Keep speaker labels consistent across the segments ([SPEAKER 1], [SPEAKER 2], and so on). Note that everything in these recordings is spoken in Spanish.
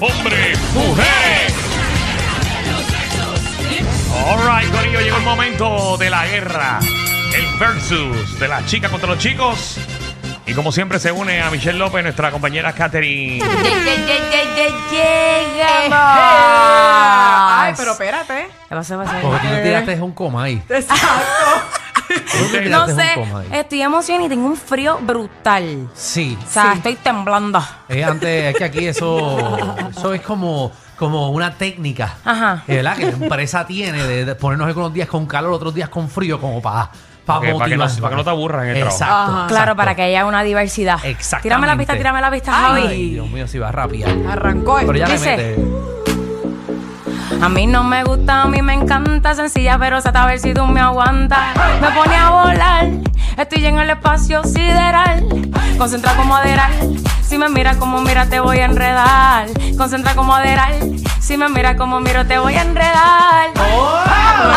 [SPEAKER 1] hombre, mujer. Alright, Corillo, llegó el momento de la guerra. El versus de las chicas contra los chicos. Y como siempre se une a Michelle López, nuestra compañera Katherine.
[SPEAKER 2] Ay, pero espérate.
[SPEAKER 3] ¿Qué pasa, pasa?
[SPEAKER 4] Porque tú no tiraste un comay.
[SPEAKER 2] Exacto.
[SPEAKER 1] eh,
[SPEAKER 3] No sé, estoy emocionada y tengo un frío brutal.
[SPEAKER 4] Sí.
[SPEAKER 3] O sea, estoy temblando.
[SPEAKER 4] Es antes, es que aquí eso, eso es como, como una técnica.
[SPEAKER 3] Ajá.
[SPEAKER 4] eh, ¿Verdad? Que la empresa tiene de, de ponernos algunos días con calor, otros días con frío, como para para
[SPEAKER 1] Ok, para que no- para que no te aburras en el trabajo.
[SPEAKER 4] Exacto.
[SPEAKER 3] Claro,
[SPEAKER 4] exacto.
[SPEAKER 3] para que haya una diversidad.
[SPEAKER 4] Exactamente.
[SPEAKER 3] Tírame la pista, tírame la pista,
[SPEAKER 4] Ay,
[SPEAKER 3] Javi.
[SPEAKER 4] Dios mío, si va rápida.
[SPEAKER 2] Arrancó
[SPEAKER 4] Pero ya le
[SPEAKER 3] Dice-
[SPEAKER 4] mete.
[SPEAKER 3] A mí no me gusta, a mí me encanta. Sencilla, pero sata, a ver si tú me aguantas. Me pone a volar. Estoy en el espacio sideral. Concentra como aderal. Si me mira como mira, te voy a enredar. Concentra como aderal. Si me mira como miro, te voy a enredar.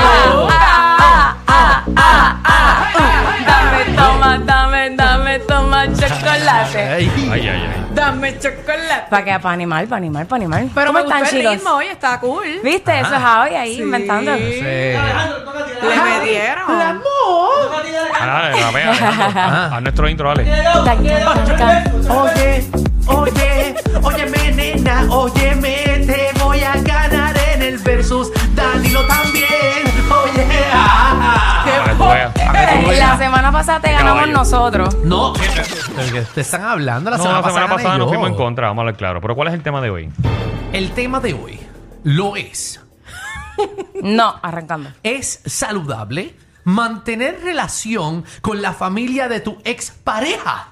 [SPEAKER 3] Ah, ah, ah, ah, uh. Dame, toma, dame, dame, toma chocolate.
[SPEAKER 4] Ay.
[SPEAKER 1] Ay, ay, ay.
[SPEAKER 2] Dame chocolate.
[SPEAKER 3] ¿Para qué? Para animar, para animar, para animar.
[SPEAKER 2] Pero
[SPEAKER 3] ¿Cómo
[SPEAKER 2] me
[SPEAKER 3] están,
[SPEAKER 2] gusta el
[SPEAKER 3] chicos?
[SPEAKER 2] ritmo hoy, está cool.
[SPEAKER 3] ¿Viste? Eso es Javi ahí
[SPEAKER 2] Sí.
[SPEAKER 3] inventando.
[SPEAKER 4] Sí.
[SPEAKER 2] Le me dieron.
[SPEAKER 1] Ah, dale, rapea, Alejandro.
[SPEAKER 4] Ah.
[SPEAKER 1] A nuestro intro, dale.
[SPEAKER 5] Oye, oye, óyeme nena, óyeme, te voy a ganar en el versus, Danilo también, oye. ah, ah,
[SPEAKER 1] Para que tú veas. Para que tú
[SPEAKER 3] Eh,
[SPEAKER 1] veas.
[SPEAKER 3] La semana pasada te ganamos
[SPEAKER 1] Caballo.
[SPEAKER 3] nosotros.
[SPEAKER 4] No, pero que te están hablando la
[SPEAKER 1] No,
[SPEAKER 4] semana,
[SPEAKER 1] la semana
[SPEAKER 4] gané
[SPEAKER 1] pasada nos
[SPEAKER 4] yo.
[SPEAKER 1] fuimos en contra, vamos a hablar claro. Pero ¿cuál es el tema de hoy?
[SPEAKER 4] El tema de hoy lo es.
[SPEAKER 3] No, arrancando.
[SPEAKER 4] ¿Es saludable mantener relación con la familia de tu expareja?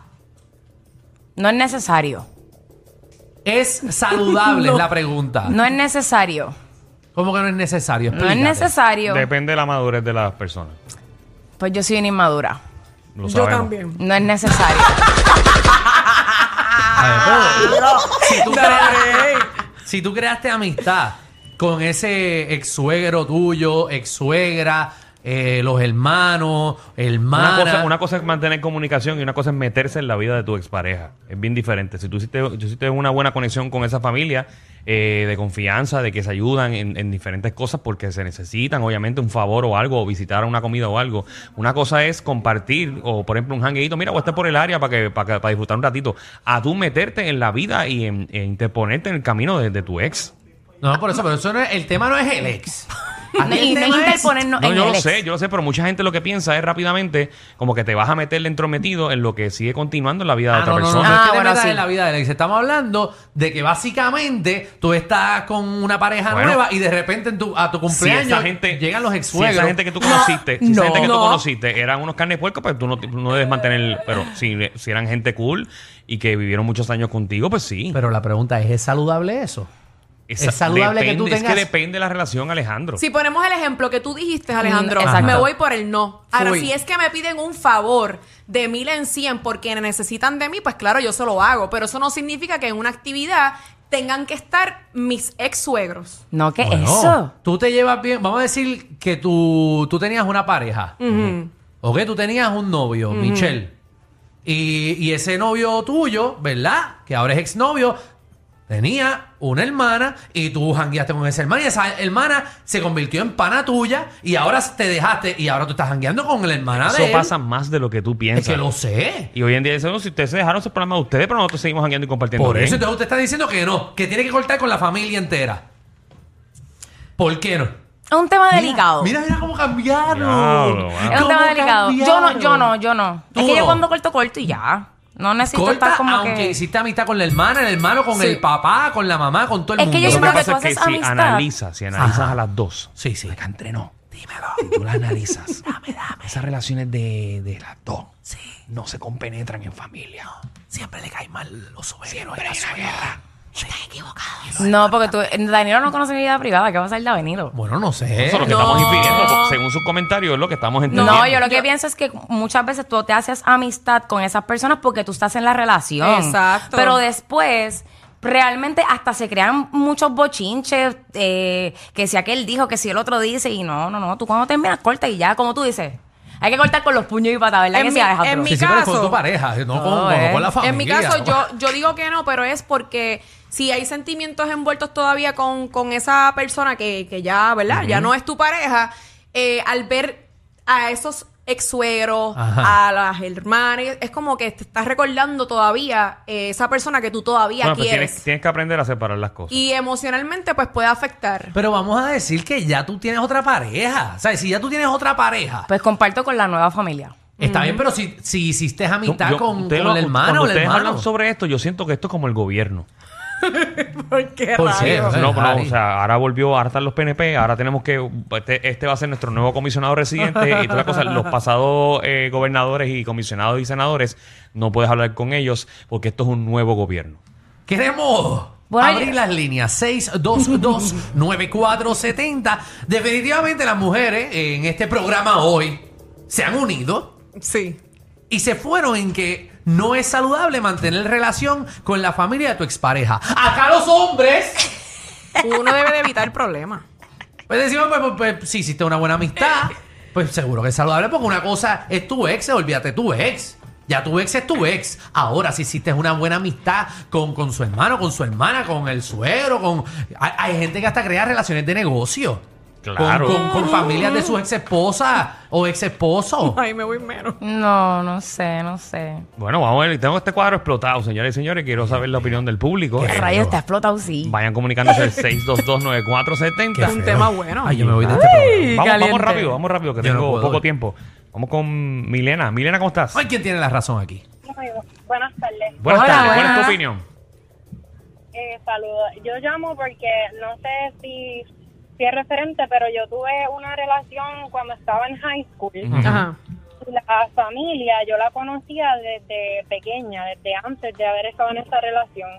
[SPEAKER 3] No es necesario.
[SPEAKER 4] ¿Es saludable? es la pregunta.
[SPEAKER 3] No es necesario.
[SPEAKER 4] ¿Cómo que no es necesario?
[SPEAKER 3] No es
[SPEAKER 4] Explícate.
[SPEAKER 3] necesario.
[SPEAKER 1] Depende de la madurez de las personas.
[SPEAKER 3] Pues yo soy una inmadura.
[SPEAKER 1] Lo
[SPEAKER 2] Yo
[SPEAKER 1] sabemos.
[SPEAKER 2] también.
[SPEAKER 3] No es necesario.
[SPEAKER 4] A ver, pero si, tú
[SPEAKER 2] Dale.
[SPEAKER 4] creas- si tú creaste amistad con ese ex suegro tuyo, ex suegra, eh, los hermanos,
[SPEAKER 1] Una
[SPEAKER 4] hermanas.
[SPEAKER 1] cosa, una cosa es mantener comunicación y una cosa es meterse en la vida de tu expareja. Es bien diferente. Si tú hiciste, tú hiciste una buena conexión con esa familia eh, de confianza, de que se ayudan en, en diferentes cosas porque se necesitan, obviamente, un favor o algo, o visitar una comida o algo. Una cosa es compartir, o por ejemplo, un hangueito. Mira, voy a estar por el área para, que, para, que- para disfrutar un ratito. A tú meterte en la vida y en, e interponerte en el camino de, de tu ex.
[SPEAKER 4] No, por eso, pero eso no es- el tema no es el ex.
[SPEAKER 3] No, y no es interponernos
[SPEAKER 1] No,
[SPEAKER 3] en
[SPEAKER 1] yo
[SPEAKER 3] el
[SPEAKER 1] lo
[SPEAKER 3] ex.
[SPEAKER 1] sé, yo lo sé, pero mucha gente lo que piensa es rápidamente como que te vas a meter entrometido en lo que sigue continuando en la vida de
[SPEAKER 4] Ah,
[SPEAKER 1] otra
[SPEAKER 4] no, no, no,
[SPEAKER 1] persona.
[SPEAKER 4] no es que
[SPEAKER 3] Ah,
[SPEAKER 4] te
[SPEAKER 3] bueno,
[SPEAKER 4] metas
[SPEAKER 3] sí.
[SPEAKER 4] en la vida del ex. Estamos hablando de que básicamente tú estás con una pareja
[SPEAKER 1] Bueno.
[SPEAKER 4] nueva y de repente en tu- a tu
[SPEAKER 1] si
[SPEAKER 4] cumpleaños
[SPEAKER 1] esa gente,
[SPEAKER 4] llegan los ex
[SPEAKER 1] si esa gente que tú conociste, si
[SPEAKER 3] No.
[SPEAKER 1] esa gente que
[SPEAKER 3] No.
[SPEAKER 1] tú conociste eran unos carnes de puerco, pues tú no, no debes mantener. el- Pero si, si eran gente cool y que vivieron muchos años contigo, pues sí.
[SPEAKER 4] Pero la pregunta es, ¿es saludable eso?
[SPEAKER 1] Esa-
[SPEAKER 4] es saludable que tú
[SPEAKER 1] depende- Es
[SPEAKER 4] tengas-
[SPEAKER 1] que depende de la relación, Alejandro.
[SPEAKER 2] Si ponemos el ejemplo que tú dijiste, Alejandro,
[SPEAKER 3] Mm, exacto.
[SPEAKER 2] me voy por el no. Ahora,
[SPEAKER 4] Fui.
[SPEAKER 2] si es que me piden un favor de mil en cien porque necesitan de mí, pues claro, yo se lo hago. Pero eso no significa que en una actividad tengan que estar mis ex suegros.
[SPEAKER 3] No, ¿qué es
[SPEAKER 4] Bueno,
[SPEAKER 3] eso?
[SPEAKER 4] Tú te llevas bien. Vamos a decir que tú, tú tenías una pareja. O que tú tenías un novio, Michelle. Y, y ese novio tuyo, ¿verdad? Que ahora es exnovio. Tenía una hermana y tú jangueaste con esa hermana y esa hermana se convirtió en pana tuya y ahora te dejaste y ahora tú estás jangueando con la hermana
[SPEAKER 1] Eso
[SPEAKER 4] de él.
[SPEAKER 1] pasa más de lo que tú
[SPEAKER 4] Es
[SPEAKER 1] piensas.
[SPEAKER 4] que lo sé.
[SPEAKER 1] Y hoy en día dicen, no, si ustedes se dejaron, ese problema de ustedes, pero nosotros seguimos jangueando y compartiendo.
[SPEAKER 4] Por
[SPEAKER 1] bien.
[SPEAKER 4] eso entonces usted está diciendo que no, que tiene que cortar con la familia entera. ¿Por qué no?
[SPEAKER 3] Es un tema
[SPEAKER 4] Mira,
[SPEAKER 3] delicado.
[SPEAKER 4] Mira, mira cómo cambiaron.
[SPEAKER 1] Diablo, mano.
[SPEAKER 3] es un tema
[SPEAKER 4] Cómo
[SPEAKER 3] delicado. Yo no,
[SPEAKER 4] cambiaron.
[SPEAKER 3] yo no, yo no. Es
[SPEAKER 4] Tú
[SPEAKER 3] que yo
[SPEAKER 4] no.
[SPEAKER 3] cuando corto, corto y ya. No necesito
[SPEAKER 4] Corta,
[SPEAKER 3] estar como
[SPEAKER 4] aunque
[SPEAKER 3] que.
[SPEAKER 4] hiciste amistad con la hermana, el hermano, con
[SPEAKER 2] Sí.
[SPEAKER 4] el papá, con la mamá, con todo el
[SPEAKER 3] Es que
[SPEAKER 4] mundo.
[SPEAKER 3] yo
[SPEAKER 1] Lo que
[SPEAKER 3] siento que
[SPEAKER 1] pasa
[SPEAKER 3] tú
[SPEAKER 1] es que
[SPEAKER 3] haces
[SPEAKER 1] si
[SPEAKER 3] amistad.
[SPEAKER 1] analizas, si analizas
[SPEAKER 4] Ajá.
[SPEAKER 1] a las dos,
[SPEAKER 4] Sí, sí.
[SPEAKER 1] entrenó.
[SPEAKER 6] Dímelo. Y tú las analizas. dame, dame. Esas relaciones de, de las dos sí. no se compenetran en familia. Siempre le caen mal los suegros. Siempre hay una guerra. Estás equivocado.
[SPEAKER 3] No, porque tú, Danilo no conoce mi vida privada. ¿Qué va a salir de Danilo?
[SPEAKER 4] Bueno, no sé.
[SPEAKER 1] Eso es lo que
[SPEAKER 2] No.
[SPEAKER 1] estamos infiriendo, por- según sus comentarios, es lo que estamos entendiendo.
[SPEAKER 3] No, yo lo que pienso es que muchas veces tú te haces amistad con esas personas porque tú estás en la relación.
[SPEAKER 2] Exacto.
[SPEAKER 3] Pero después, realmente hasta se crean muchos bochinches, eh, que si aquel dijo, que si el otro dice, y no, no, no, tú cuando terminas corta y ya, como tú dices. Hay que cortar con los puños y patas, ¿verdad?
[SPEAKER 2] En
[SPEAKER 3] que sí,
[SPEAKER 2] mi-
[SPEAKER 3] Alejandro?
[SPEAKER 2] en mi
[SPEAKER 4] Sí, sí, pero es con
[SPEAKER 2] caso-
[SPEAKER 4] tu pareja, no, con,
[SPEAKER 3] No,
[SPEAKER 4] con-
[SPEAKER 3] eh.
[SPEAKER 4] con la familia.
[SPEAKER 2] En mi caso, yo, yo digo que no, pero es porque si hay sentimientos envueltos todavía con, con esa persona que, que ya, ¿verdad? Ya no es tu pareja, eh, al ver a esos ex suegros,
[SPEAKER 4] Ajá.
[SPEAKER 2] a las hermanas, es como que te estás recordando todavía eh, esa persona que tú todavía
[SPEAKER 1] Bueno,
[SPEAKER 4] pues
[SPEAKER 1] pero
[SPEAKER 2] quieres.
[SPEAKER 1] tienes, tienes que aprender a separar las cosas.
[SPEAKER 2] Y emocionalmente, pues puede afectar.
[SPEAKER 4] Pero vamos a decir que ya tú tienes otra pareja. O sea, si ya tú tienes otra pareja,
[SPEAKER 3] Pues comparto con la nueva familia.
[SPEAKER 4] está bien, pero si, si hiciste
[SPEAKER 1] Yo-
[SPEAKER 4] amistad
[SPEAKER 1] yo-
[SPEAKER 4] con,
[SPEAKER 1] ustedes
[SPEAKER 4] con la
[SPEAKER 1] lo-
[SPEAKER 4] hermana
[SPEAKER 1] cuando
[SPEAKER 4] o el
[SPEAKER 1] ustedes
[SPEAKER 4] hermano.
[SPEAKER 1] hablan sobre esto, yo siento que esto es como el gobierno.
[SPEAKER 2] ¿Por qué
[SPEAKER 4] ¿Por
[SPEAKER 2] rayos?
[SPEAKER 4] qué? O sea,
[SPEAKER 1] No, no,
[SPEAKER 4] Harry.
[SPEAKER 1] o sea, ahora volvió, ahora están los PNP, ahora tenemos que, este, este va a ser nuestro nuevo comisionado residente y toda la cosa, los pasados eh, gobernadores y comisionados y senadores, no puedes hablar con ellos porque esto es un nuevo gobierno.
[SPEAKER 4] Queremos
[SPEAKER 3] Bueno,
[SPEAKER 4] abrir
[SPEAKER 3] yo-
[SPEAKER 4] las líneas 622-9470. Definitivamente las mujeres en este programa hoy se han unido
[SPEAKER 2] Sí.
[SPEAKER 4] y se fueron en que no es saludable mantener relación con la familia de tu expareja. Acá los hombres,
[SPEAKER 2] Uno debe de evitar problemas.
[SPEAKER 4] pues decimos, pues, pues, pues, si hiciste una buena amistad, pues seguro que es saludable porque una cosa es tu ex, olvídate tu ex. Ya tu ex es tu ex. Ahora, si hiciste una buena amistad con, con su hermano, con su hermana, con el suegro, con... Hay, hay gente que hasta crea relaciones de negocio.
[SPEAKER 1] Claro.
[SPEAKER 4] Con, con- con familias de sus ex esposas o ex esposos.
[SPEAKER 2] Ay, me voy menos.
[SPEAKER 3] No, no sé, no sé.
[SPEAKER 1] Bueno, vamos a ver, tengo este cuadro explotado, señores y señores, quiero saber la opinión del público. Eh,
[SPEAKER 3] El rayo está explotado, sí.
[SPEAKER 1] Vayan comunicándose al
[SPEAKER 2] Es un
[SPEAKER 1] 6229470.
[SPEAKER 2] tema bueno.
[SPEAKER 4] Ay, yo me voy de este programa.
[SPEAKER 1] Vamos, vamos
[SPEAKER 3] caliente.
[SPEAKER 1] rápido, vamos rápido, que
[SPEAKER 4] Yo no
[SPEAKER 1] tengo
[SPEAKER 4] puedo.
[SPEAKER 1] poco tiempo. Vamos con Milena. Milena, ¿cómo estás?
[SPEAKER 4] Ay, ¿quién tiene la razón aquí?
[SPEAKER 7] Muy bu- buenas tardes.
[SPEAKER 1] Buenas
[SPEAKER 3] Hola,
[SPEAKER 1] tardes, ¿cuál es tu
[SPEAKER 3] buenas.
[SPEAKER 1] opinión?
[SPEAKER 7] Eh, saludos. Yo llamo porque no sé si, si es referente, pero yo tuve una relación cuando estaba en high school.
[SPEAKER 2] Ajá.
[SPEAKER 7] La familia yo la conocía desde pequeña, desde antes de haber estado en esa relación.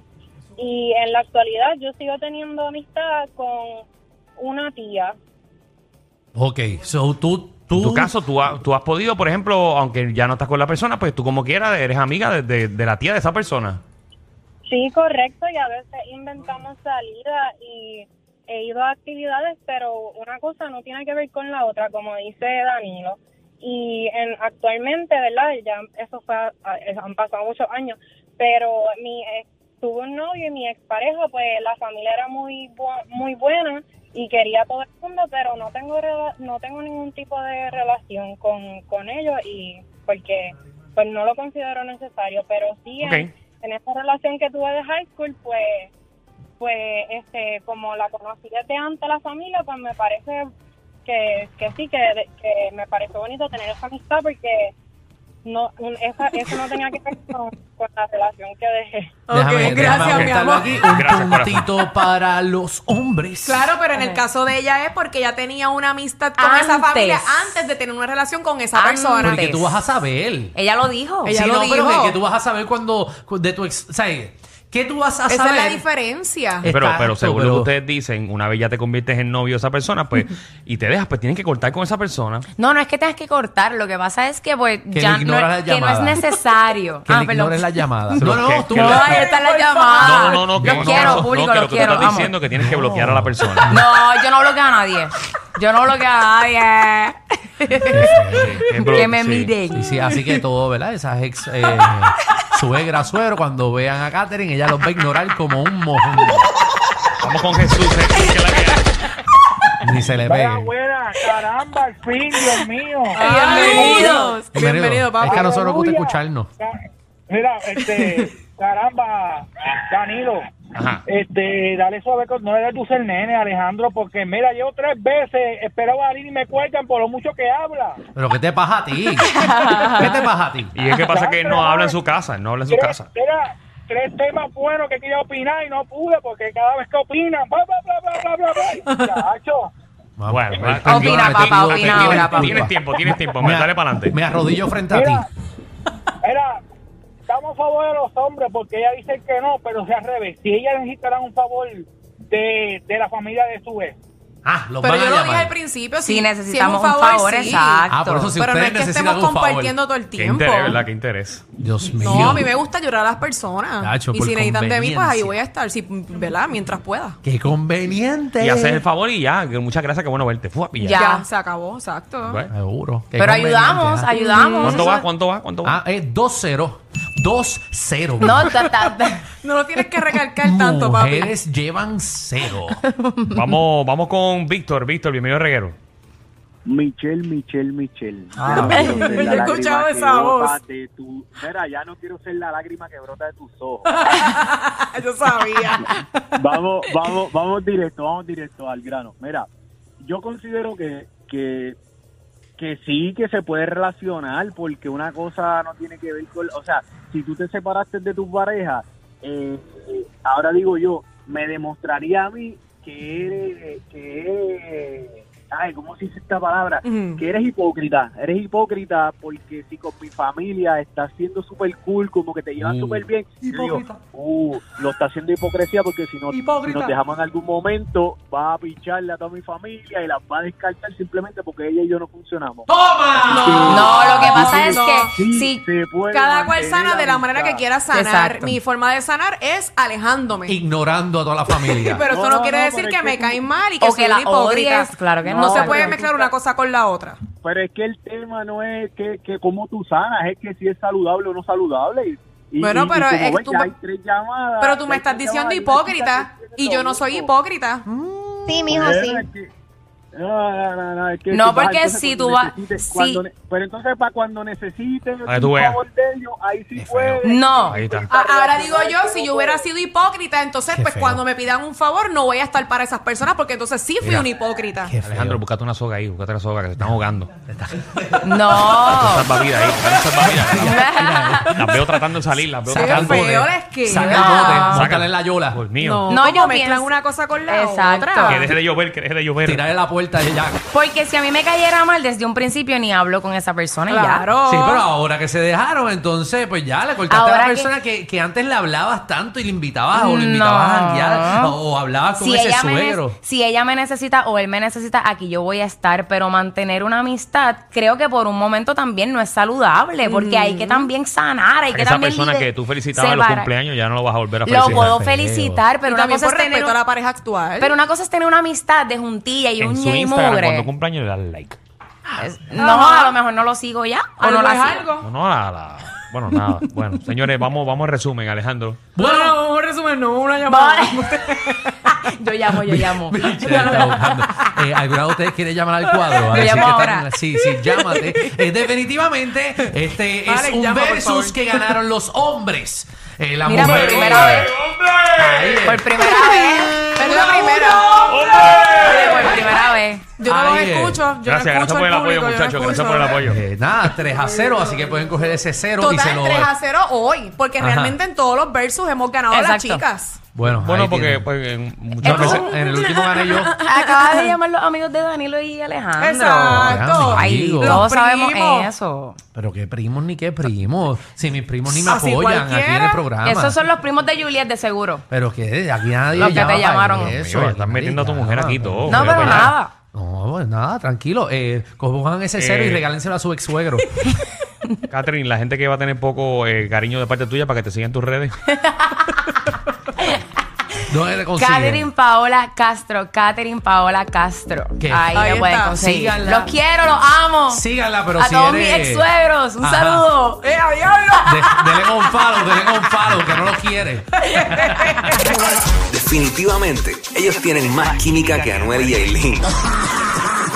[SPEAKER 7] Y en la actualidad yo sigo teniendo amistad con una tía.
[SPEAKER 4] Ok, so tú... tú
[SPEAKER 1] En tu caso, tú, ha- tú has podido, por ejemplo, aunque ya no estás con la persona, pues tú como quieras eres amiga de, de- de la tía de esa persona.
[SPEAKER 7] Sí, correcto, y a veces inventamos salida y he ido a actividades, pero una cosa no tiene que ver con la otra, como dice Danilo. Y en, actualmente, ¿verdad? Ya eso fue, a- a- han pasado muchos años, pero mi ex, tuve un novio y mi expareja, pues la familia era muy bu- muy buena y quería a todo el mundo, pero no tengo rela- no tengo ningún tipo de relación con, con ellos y porque pues no lo considero necesario, pero sí en-
[SPEAKER 1] Ok.
[SPEAKER 7] en esa relación que tuve de high school, pues, pues, este, como la conocí desde antes la familia, pues me parece que, que sí, que, que me pareció bonito tener esa amistad porque no, un- esa, eso no tenía que ver con, con la relación que dejé.
[SPEAKER 2] Ok,
[SPEAKER 4] Déjame, déjame
[SPEAKER 2] gracias, mi
[SPEAKER 4] apuntarlo
[SPEAKER 2] amor.
[SPEAKER 4] aquí.
[SPEAKER 1] Gracias,
[SPEAKER 4] Un
[SPEAKER 1] corazón.
[SPEAKER 4] puntito para los hombres.
[SPEAKER 2] Claro, pero en el caso de ella es porque ella tenía una amistad con esa
[SPEAKER 3] Antes.
[SPEAKER 2] familia antes de tener una relación con esa
[SPEAKER 3] Antes.
[SPEAKER 2] persona.
[SPEAKER 4] Porque tú vas a saber.
[SPEAKER 3] Ella lo dijo.
[SPEAKER 2] Ella-
[SPEAKER 4] Sí,
[SPEAKER 2] lo
[SPEAKER 4] no, pero
[SPEAKER 2] dijo.
[SPEAKER 4] que, que tú vas a saber cuando cu- de tu ex, o sea, ¿qué tú vas a
[SPEAKER 2] Esa
[SPEAKER 4] saber?
[SPEAKER 2] es la diferencia.
[SPEAKER 4] Eh,
[SPEAKER 1] Pero,
[SPEAKER 4] Exacto,
[SPEAKER 1] pero según lo
[SPEAKER 4] pero-
[SPEAKER 1] que ustedes dicen, una vez ya te conviertes en novio de esa persona, pues, y te dejas, pues tienes que cortar con esa persona.
[SPEAKER 3] No, no es que tengas que cortar. Lo que pasa es que, pues,
[SPEAKER 4] Que
[SPEAKER 3] ya
[SPEAKER 4] le ignoras
[SPEAKER 3] no,
[SPEAKER 4] la
[SPEAKER 3] que no es
[SPEAKER 4] llamada.
[SPEAKER 3] necesario.
[SPEAKER 4] Que
[SPEAKER 3] Ah,
[SPEAKER 4] le
[SPEAKER 3] perdón.
[SPEAKER 4] ignores la llamada.
[SPEAKER 1] Pero
[SPEAKER 4] No, no,
[SPEAKER 1] que-
[SPEAKER 4] tú
[SPEAKER 1] que
[SPEAKER 3] No,
[SPEAKER 1] la-
[SPEAKER 3] ahí está la llamada.
[SPEAKER 1] No, no, no, que
[SPEAKER 3] Los
[SPEAKER 1] no,
[SPEAKER 3] Ah, quiero,
[SPEAKER 1] no,
[SPEAKER 3] público,
[SPEAKER 1] no, que lo
[SPEAKER 3] los
[SPEAKER 1] que tú
[SPEAKER 3] quiero.
[SPEAKER 1] estás
[SPEAKER 3] vamos.
[SPEAKER 1] diciendo que tienes que bloquear a la persona.
[SPEAKER 3] No, yo no bloqueo a nadie. Yo no bloqueo a nadie.
[SPEAKER 1] Es blo-
[SPEAKER 3] que me
[SPEAKER 1] sí.
[SPEAKER 3] miren.
[SPEAKER 4] Sí, sí, así que todo, ¿verdad? Esas ex eh, suegra, suegro, cuando vean a Katherine, ella los va a ignorar como un mojón.
[SPEAKER 1] Vamos con Jesús. Jesús, que la que hay.
[SPEAKER 4] Ni se le pegue.
[SPEAKER 8] abuela, caramba, al fin, Dios mío.
[SPEAKER 3] Ah.
[SPEAKER 2] Bienvenidos.
[SPEAKER 4] Bienvenido.
[SPEAKER 2] Bienvenido, papá.
[SPEAKER 4] Es que a nosotros nos gusta
[SPEAKER 8] Aleluya.
[SPEAKER 4] escucharnos.
[SPEAKER 8] Ca- Mira, este, caramba, Danilo,
[SPEAKER 1] Ajá.
[SPEAKER 8] este, dale suave, con- no le des dulce al nene, Alejandro, porque mira, llevo tres veces, esperaba a alguien y me cuelgan por lo mucho que habla.
[SPEAKER 4] Pero ¿qué te pasa a ti? ¿Qué te pasa a ti?
[SPEAKER 1] Y es que pasa que él no habla en su casa, él no habla en su
[SPEAKER 8] Tres-
[SPEAKER 1] casa.
[SPEAKER 8] Era tres temas buenos que quería opinar y no pude, porque cada vez que opinan, bla, bla, bla, bla, bla, bla, bla, y, chacho,
[SPEAKER 4] pues,
[SPEAKER 1] Bueno, va-
[SPEAKER 4] tranquilo,
[SPEAKER 3] Opina,
[SPEAKER 4] me
[SPEAKER 3] papá,
[SPEAKER 4] tengo-
[SPEAKER 3] opina
[SPEAKER 4] tengo
[SPEAKER 3] ahora,
[SPEAKER 4] la
[SPEAKER 3] papá.
[SPEAKER 4] culpa.
[SPEAKER 1] Tienes tiempo, tienes tiempo. Me,
[SPEAKER 4] a-
[SPEAKER 1] dale para adelante.
[SPEAKER 4] Me arrodillo frente a ti.
[SPEAKER 8] Mira. Era, estamos a favor de los hombres porque ella dice que no, pero sea al revés. Si ella necesitará un favor de, de la familia de su ex.
[SPEAKER 4] Ah, los
[SPEAKER 2] Pero
[SPEAKER 4] van a
[SPEAKER 2] yo lo dije
[SPEAKER 4] llamar.
[SPEAKER 2] al principio.
[SPEAKER 3] Sí,
[SPEAKER 2] Si,
[SPEAKER 3] necesitamos
[SPEAKER 2] si es
[SPEAKER 3] un favor,
[SPEAKER 2] sí.
[SPEAKER 3] exacto.
[SPEAKER 4] Ah, por eso si
[SPEAKER 2] pero no es
[SPEAKER 4] ustedes
[SPEAKER 2] que
[SPEAKER 4] necesitan
[SPEAKER 2] estemos
[SPEAKER 4] un favor.
[SPEAKER 2] compartiendo todo el
[SPEAKER 1] Qué
[SPEAKER 2] tiempo.
[SPEAKER 1] interés, ¿verdad? Qué interés.
[SPEAKER 4] Dios mío.
[SPEAKER 2] No, a mí me gusta llorar a las personas.
[SPEAKER 4] Tacho,
[SPEAKER 2] y
[SPEAKER 4] por
[SPEAKER 2] si necesitan de mí, pues ahí
[SPEAKER 4] conveniencia.
[SPEAKER 2] voy a estar, si, ¿verdad? Mientras pueda.
[SPEAKER 4] Qué conveniente.
[SPEAKER 1] Y haces el favor y ya. que Muchas gracias, que bueno verte. Fua, y ya.
[SPEAKER 3] Ya.
[SPEAKER 2] se acabó, exacto.
[SPEAKER 1] Bueno.
[SPEAKER 4] Seguro. Qué
[SPEAKER 3] Pero
[SPEAKER 4] conveniente,
[SPEAKER 3] ayudamos,
[SPEAKER 4] ¿ah?
[SPEAKER 3] ayudamos.
[SPEAKER 1] ¿Cuánto
[SPEAKER 3] Eso-
[SPEAKER 1] va? ¿Cuánto va? ¿Cuánto va?
[SPEAKER 4] Ah, es 2-0. 2-0.
[SPEAKER 3] No, ta- ta- ta-
[SPEAKER 2] No lo tienes que recalcar tanto, papi.
[SPEAKER 4] Mujeres llevan cero.
[SPEAKER 1] Vamos, vamos con Víctor. Víctor, bienvenido a Reguero.
[SPEAKER 9] Michelle, Michelle, Michelle.
[SPEAKER 4] Ah,
[SPEAKER 9] Ya no quiero
[SPEAKER 2] bueno.
[SPEAKER 9] ser la
[SPEAKER 2] Yo he escuchado
[SPEAKER 9] lágrima que
[SPEAKER 2] esa
[SPEAKER 9] brota
[SPEAKER 2] voz.
[SPEAKER 9] de tu- Mira, ya no quiero ser la lágrima que brota de tus ojos.
[SPEAKER 2] Yo sabía.
[SPEAKER 9] vamos, vamos, vamos directo, vamos directo al grano. Mira, yo considero que, que, que sí que se puede relacionar porque una cosa no tiene que ver con... O sea, si tú te separaste de tu pareja, eh, eh, ahora digo yo, me demostraría a mí que eres... Que eres- ay, ¿cómo se dice esta palabra?
[SPEAKER 2] Ujú.
[SPEAKER 9] Que eres hipócrita, eres hipócrita porque si con mi familia estás siendo súper cool, como que te llevas
[SPEAKER 4] Uh.
[SPEAKER 9] súper bien, yo digo,
[SPEAKER 4] Hipócrita.
[SPEAKER 9] Uh, lo está haciendo hipocresía porque si, no, si
[SPEAKER 4] Hipócrita.
[SPEAKER 9] nos dejamos en algún momento, va a picharle a toda mi familia y las va a descartar simplemente porque ella y yo no funcionamos.
[SPEAKER 3] No, lo que pasa es
[SPEAKER 2] No.
[SPEAKER 3] que si
[SPEAKER 9] se puede
[SPEAKER 2] Cada cual
[SPEAKER 9] mantener
[SPEAKER 2] sana de la manera que
[SPEAKER 9] amistad.
[SPEAKER 2] quiera sanar.
[SPEAKER 3] Exacto.
[SPEAKER 2] Mi forma de sanar es alejándome.
[SPEAKER 4] Ignorando a toda la familia.
[SPEAKER 2] pero eso
[SPEAKER 9] No,
[SPEAKER 2] no,
[SPEAKER 9] no,
[SPEAKER 2] quiere
[SPEAKER 9] no,
[SPEAKER 2] decir
[SPEAKER 9] pero
[SPEAKER 2] que
[SPEAKER 9] es
[SPEAKER 2] me
[SPEAKER 9] que-
[SPEAKER 2] caen mal y que
[SPEAKER 3] o
[SPEAKER 2] soy
[SPEAKER 3] que
[SPEAKER 2] una
[SPEAKER 3] la
[SPEAKER 2] hipócrita.
[SPEAKER 3] odies, claro que Ah,
[SPEAKER 2] no,
[SPEAKER 3] no.
[SPEAKER 2] se puede
[SPEAKER 9] pero-
[SPEAKER 2] mezclar una cosa con la otra.
[SPEAKER 9] Pero es que el tema no es que, que cómo tú sanas, es que si es saludable o no saludable. Y, y-
[SPEAKER 2] Bueno,
[SPEAKER 9] y- y
[SPEAKER 2] pero
[SPEAKER 9] como
[SPEAKER 2] es-
[SPEAKER 9] ves,
[SPEAKER 2] tú
[SPEAKER 9] ya
[SPEAKER 2] me-
[SPEAKER 9] hay tres llamadas,
[SPEAKER 2] Pero tú
[SPEAKER 9] ya
[SPEAKER 2] me
[SPEAKER 9] hay
[SPEAKER 2] estás
[SPEAKER 9] tres
[SPEAKER 2] diciendo
[SPEAKER 9] llamadas y una
[SPEAKER 2] hipócrita
[SPEAKER 9] chica que
[SPEAKER 2] y yo
[SPEAKER 9] tiene
[SPEAKER 2] no soy
[SPEAKER 9] todo.
[SPEAKER 2] hipócrita.
[SPEAKER 10] Sí, mijo, sí.
[SPEAKER 9] Es que- No, no, no, no, es que
[SPEAKER 3] No,
[SPEAKER 9] si vas,
[SPEAKER 3] porque
[SPEAKER 9] entonces,
[SPEAKER 3] si
[SPEAKER 9] cuando
[SPEAKER 3] tú vas-
[SPEAKER 9] necesites,
[SPEAKER 3] sí.
[SPEAKER 9] cuando ne- Pero entonces para cuando necesites
[SPEAKER 1] Para que tú
[SPEAKER 9] un
[SPEAKER 1] veas.
[SPEAKER 9] favor de ellos, ahí sí
[SPEAKER 4] Qué feo.
[SPEAKER 9] puedes.
[SPEAKER 3] no.
[SPEAKER 1] Ahí está.
[SPEAKER 2] A- Ahora digo yo, si yo hubiera sido hipócrita, entonces
[SPEAKER 4] Qué
[SPEAKER 2] pues
[SPEAKER 4] feo.
[SPEAKER 2] cuando me pidan un favor no voy a estar para esas personas porque entonces sí fui
[SPEAKER 1] Mira.
[SPEAKER 2] un hipócrita.
[SPEAKER 4] Qué feo.
[SPEAKER 1] Alejandro, búscate una soga ahí. Búscate una soga que se están ahogando.
[SPEAKER 3] Oh. No.
[SPEAKER 1] Salvavidas ahí. buscate un salvavidas. Las veo tratando de salir. Las veo
[SPEAKER 2] Qué
[SPEAKER 1] tratando de...
[SPEAKER 2] feo les queda.
[SPEAKER 4] Saca el
[SPEAKER 3] Ah.
[SPEAKER 4] bote, móntale en la yola.
[SPEAKER 1] Dios mío.
[SPEAKER 2] No,
[SPEAKER 3] No,
[SPEAKER 2] ¿cómo
[SPEAKER 3] yo
[SPEAKER 2] mezclan
[SPEAKER 3] pienso-
[SPEAKER 2] una cosa con la
[SPEAKER 3] Exacto.
[SPEAKER 2] otra.
[SPEAKER 1] Que deje de llover, que deje de llover.
[SPEAKER 4] Tirarle la puerta y ya.
[SPEAKER 3] Porque si a mí me cayera mal desde un principio ni hablo con esa persona y ya.
[SPEAKER 2] Claro.
[SPEAKER 4] Sí, pero ahora que se dejaron, entonces, pues ya le cortaste a
[SPEAKER 3] Ahora
[SPEAKER 4] la
[SPEAKER 3] que-
[SPEAKER 4] persona que... Que, antes le hablabas tanto y le invitabas o
[SPEAKER 3] No.
[SPEAKER 4] le invitabas a janguear o, o hablabas con ese
[SPEAKER 3] me nece-
[SPEAKER 4] suegro.
[SPEAKER 3] si ella me necesita o él me necesita, aquí yo voy a estar, pero mantener una amistad creo que por un momento también no es saludable, porque hay que también sanar, hay que
[SPEAKER 1] Esa
[SPEAKER 3] también
[SPEAKER 1] persona
[SPEAKER 3] lider-
[SPEAKER 1] que tú felicitabas en los
[SPEAKER 3] separar.
[SPEAKER 1] cumpleaños ya no lo vas a volver a
[SPEAKER 3] Lo
[SPEAKER 1] felicitar.
[SPEAKER 3] puedo
[SPEAKER 4] Feo.
[SPEAKER 3] felicitar, pero
[SPEAKER 2] Pero
[SPEAKER 3] una
[SPEAKER 2] también
[SPEAKER 3] cosa
[SPEAKER 2] por
[SPEAKER 3] es tener
[SPEAKER 2] respeto a
[SPEAKER 3] un-
[SPEAKER 2] la pareja actual.
[SPEAKER 3] pero una cosa es tener una amistad de juntilla y un
[SPEAKER 1] En su
[SPEAKER 3] ñe y
[SPEAKER 1] Instagram, cuando
[SPEAKER 3] mugre.
[SPEAKER 1] cumpleaños, le das like.
[SPEAKER 3] Es- No, a lo mejor no lo sigo ya.
[SPEAKER 2] o
[SPEAKER 3] o no la
[SPEAKER 2] es
[SPEAKER 3] sigo.
[SPEAKER 2] algo.
[SPEAKER 1] No, no, la, la- Bueno, nada. Bueno, señores, vamos, vamos al resumen, Alejandro.
[SPEAKER 2] Bueno, vamos a resumen, no, una llamada.
[SPEAKER 3] yo llamo, yo llamo.
[SPEAKER 4] Se la está buscando. Eh, ¿Alguna de ustedes quiere llamar al cuadro? A
[SPEAKER 3] Yo
[SPEAKER 4] ver si
[SPEAKER 3] llamo
[SPEAKER 4] que están-
[SPEAKER 3] ahora.
[SPEAKER 4] Sí, sí, llámate. Eh, definitivamente, este
[SPEAKER 2] Vale,
[SPEAKER 4] es un
[SPEAKER 2] llama, por
[SPEAKER 4] versus
[SPEAKER 2] favor.
[SPEAKER 4] que ganaron los hombres. Eh, la
[SPEAKER 3] Mira, por
[SPEAKER 4] mujer-
[SPEAKER 3] primera vez.
[SPEAKER 4] Ahí, eh,
[SPEAKER 3] Por primera vez.
[SPEAKER 2] Pero es la primera.
[SPEAKER 3] Oye, por primera vez.
[SPEAKER 2] Yo no los
[SPEAKER 4] Ahí es.
[SPEAKER 2] escucho. Yo
[SPEAKER 1] gracias,
[SPEAKER 2] no
[SPEAKER 1] gracias
[SPEAKER 2] escucho
[SPEAKER 1] por el
[SPEAKER 2] al
[SPEAKER 1] apoyo,
[SPEAKER 2] público, yo no
[SPEAKER 1] muchachos. Gracias
[SPEAKER 2] escucho.
[SPEAKER 1] por el apoyo.
[SPEAKER 4] eh, nada, 3 a 0, así que pueden coger ese 0 y se
[SPEAKER 2] Total,
[SPEAKER 4] lo...
[SPEAKER 2] 3 a 0 hoy. Porque
[SPEAKER 4] Ajá.
[SPEAKER 2] realmente en todos los versus hemos ganado a las
[SPEAKER 3] Exacto.
[SPEAKER 2] chicas.
[SPEAKER 4] Bueno,
[SPEAKER 1] Bueno,
[SPEAKER 4] ahí
[SPEAKER 1] porque
[SPEAKER 4] tienen.
[SPEAKER 1] pues, en muchas
[SPEAKER 4] Muchas veces
[SPEAKER 1] veces...
[SPEAKER 4] en el último gané yo.
[SPEAKER 3] Acabas de llamar los amigos de Danilo y Alejandro.
[SPEAKER 2] Exacto.
[SPEAKER 4] Ay,
[SPEAKER 3] Ay,
[SPEAKER 4] Los
[SPEAKER 3] todos sabemos
[SPEAKER 2] primos.
[SPEAKER 3] eso.
[SPEAKER 4] Pero qué primos ni qué primos. Si mis primos ni me
[SPEAKER 2] Así
[SPEAKER 4] apoyan aquí en el
[SPEAKER 2] cualquiera.
[SPEAKER 4] programa.
[SPEAKER 3] Esos son los primos de Juliet, de seguro.
[SPEAKER 4] Pero que aquí nadie.
[SPEAKER 3] Los que
[SPEAKER 4] llama
[SPEAKER 3] te
[SPEAKER 4] para
[SPEAKER 3] llamaron.
[SPEAKER 4] Eso,
[SPEAKER 1] Oye,
[SPEAKER 4] aquí
[SPEAKER 1] están
[SPEAKER 4] nadie
[SPEAKER 1] metiendo a tu
[SPEAKER 4] llama.
[SPEAKER 1] mujer aquí todo. Mira
[SPEAKER 3] No, pero
[SPEAKER 1] para allá.
[SPEAKER 3] nada.
[SPEAKER 4] No, pues nada, tranquilo. Eh, cojan ese cero y
[SPEAKER 1] Eh.
[SPEAKER 4] regálenselo a su ex suegro.
[SPEAKER 1] Catherine, la gente que va a tener poco eh, cariño de parte tuya para que te sigan en tus redes.
[SPEAKER 4] ¿Dónde te consiguen?
[SPEAKER 3] Catherine Paola Castro, Catherine Paola Castro.
[SPEAKER 4] ¿Qué?
[SPEAKER 3] Ahí,
[SPEAKER 2] Ahí
[SPEAKER 3] me pueden
[SPEAKER 2] está.
[SPEAKER 3] conseguir.
[SPEAKER 4] Síganla.
[SPEAKER 3] Los quiero, los amo.
[SPEAKER 4] Síganla, pero
[SPEAKER 3] a
[SPEAKER 4] si
[SPEAKER 3] todos
[SPEAKER 4] eres-
[SPEAKER 3] mis ex suegros, un
[SPEAKER 4] Ajá.
[SPEAKER 3] saludo.
[SPEAKER 2] ¡Eh, a diablo!
[SPEAKER 4] De- Dele un follow, dele un follow, que no lo quiere.
[SPEAKER 11] Definitivamente, ellos tienen más química que Anuel y Aileen.